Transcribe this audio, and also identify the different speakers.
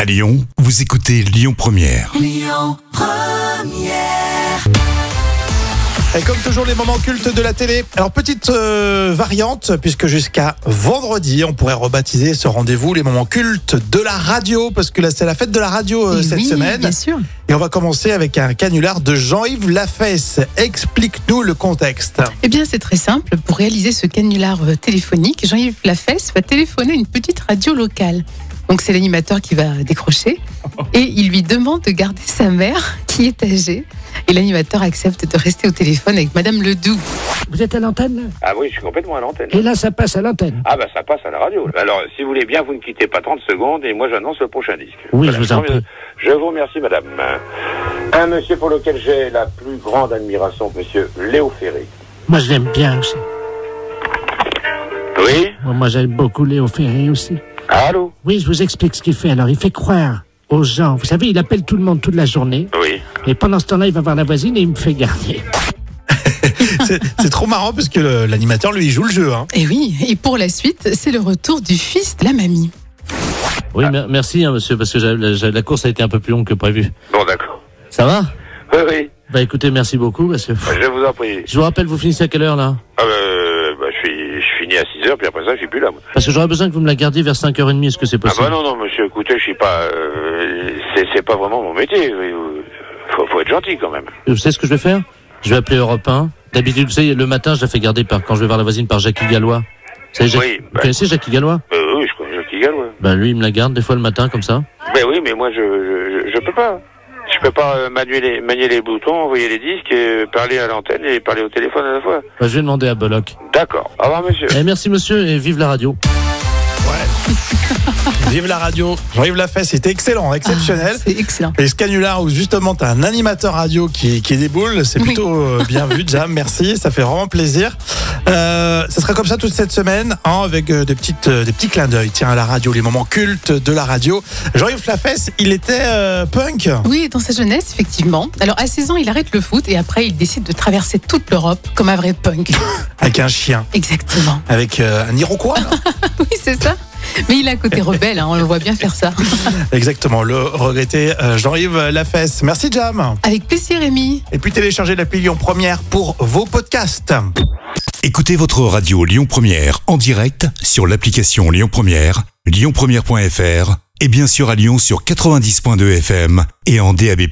Speaker 1: À Lyon, vous écoutez Lyon Première.
Speaker 2: Et comme toujours, les moments cultes de la télé. Alors, petite euh, variante, puisque jusqu'à vendredi, on pourrait rebaptiser ce rendez-vous les moments cultes de la radio, parce que là, c'est la fête de la radio euh,
Speaker 3: Et
Speaker 2: cette
Speaker 3: Eh oui,
Speaker 2: semaine.
Speaker 3: Bien sûr.
Speaker 2: Et on va commencer avec un canular de Jean-Yves Lafesse. Explique-nous le contexte.
Speaker 3: Eh bien, c'est très simple. Pour réaliser ce canular euh, téléphonique, Jean-Yves Lafesse va téléphoner à une petite radio locale. Donc, c'est l'animateur qui va décrocher et il lui demande de garder sa mère qui est âgée. Et l'animateur accepte de rester au téléphone avec Madame Ledoux.
Speaker 4: Vous êtes à l'antenne là
Speaker 5: Ah oui, je suis complètement à l'antenne.
Speaker 4: Et là, ça passe à l'antenne.
Speaker 5: Ah bah ça passe à la radio. là. Alors, si vous voulez bien, vous ne quittez pas 30 secondes et moi j'annonce le prochain disque.
Speaker 4: Oui, je vous en prie.
Speaker 5: Je vous remercie, madame. Un monsieur pour lequel j'ai la plus grande admiration, monsieur Léo Ferré.
Speaker 4: Moi, je l'aime bien aussi.
Speaker 5: Oui
Speaker 4: Moi, moi, j'aime beaucoup Léo Ferré aussi.
Speaker 5: Allô
Speaker 4: Oui, je vous explique ce qu'il fait. Alors, il fait croire aux gens. Vous savez, il appelle tout le monde toute la journée.
Speaker 5: Oui.
Speaker 4: Et pendant ce temps-là, il va voir la voisine et il me fait garder.
Speaker 2: C'est c'est trop marrant, parce que le- l'animateur, lui, il joue le jeu. hein.
Speaker 3: Et oui, et pour la suite, c'est le retour du fils de la mamie.
Speaker 6: Oui, mer- merci, hein, monsieur, parce que j'a- la, j'a- la course a été un peu plus longue que prévu.
Speaker 5: Bon, d'accord.
Speaker 6: Ça va
Speaker 5: Oui, oui.
Speaker 6: Bah écoutez, merci beaucoup, parce que...
Speaker 5: Je vous en prie.
Speaker 6: Je vous rappelle, vous finissez à quelle heure, là
Speaker 5: Ah, euh, bah, je, suis, je finis à 6 heures, puis après ça, je suis plus là. moi.
Speaker 6: Parce que j'aurais besoin que vous me la gardiez vers 5h30, est-ce que c'est
Speaker 5: Ah
Speaker 6: possible
Speaker 5: bah non, non, monsieur, écoutez, je suis pas... euh, c'est c'est pas vraiment mon métier. oui, oui. Faut, faut être gentil quand même.
Speaker 6: Vous savez ce que je vais faire Je vais appeler Europe 1. D'habitude, vous savez, le matin, je la fais garder par, quand je vais voir la voisine par Jackie Gallois. Vous, savez, Jacques-
Speaker 5: Oui,
Speaker 6: vous
Speaker 5: bah-
Speaker 6: connaissez Jackie Gallois
Speaker 5: Euh, oui, je connais Jackie Gallois.
Speaker 6: Bah lui, il me la garde des fois le matin, comme ça.
Speaker 5: Ben oui, mais moi je je, je peux pas. Je peux pas euh, manuer les, manier les boutons, envoyer les disques, et euh, parler à l'antenne et parler au téléphone à la fois.
Speaker 6: Bah, je vais demander à Bollock.
Speaker 5: D'accord. Au revoir, monsieur.
Speaker 6: Eh, merci, monsieur, et vive la radio.
Speaker 2: Vive la radio. Jean-Yves Lafesse, c'était excellent, exceptionnel.
Speaker 3: Ah, c'est excellent.
Speaker 2: Et ce canular où justement t'as un animateur radio qui, qui déboule, c'est
Speaker 3: Oui.
Speaker 2: plutôt euh, bien vu, Jam. Merci, ça fait vraiment plaisir. Euh, ça sera comme ça toute cette semaine, hein, avec euh, des petites, euh, des petits clins d'œil. Tiens, à la radio, les moments cultes de la radio. Jean-Yves Lafesse, il était euh, punk.
Speaker 3: Oui, dans sa jeunesse, effectivement. Alors, à 16 ans, il arrête le foot et après, il décide de traverser toute l'Europe comme un vrai punk.
Speaker 2: Avec un chien,
Speaker 3: Exactement.
Speaker 2: avec euh, un Iroquois. là.
Speaker 3: Oui, c'est ça. Mais il a un côté rebelle, hein, on le voit bien faire ça.
Speaker 2: Exactement, le regretté euh, Jean-Yves Lafesse. Merci, Jam.
Speaker 3: Avec plaisir, Rémi.
Speaker 2: Et puis téléchargez l'appli Lyon Première pour vos podcasts.
Speaker 1: Écoutez votre radio Lyon Première en direct sur l'application Lyon Première, lyonpremière.fr et bien sûr à Lyon sur 90.2 FM et en DAB+.